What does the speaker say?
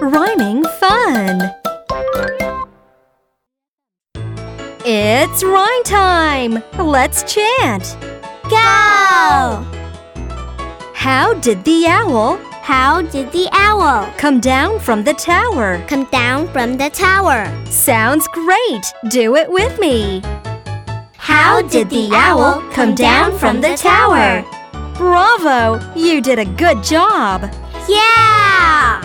Rhyming fun! It's rhyme time! Let's chant! Go! How did the owl How did the owl come down from the tower? come down from the tower? Sounds great! Do it with me! How did the owl come down from the tower? Bravo! You did a good job! Yeah!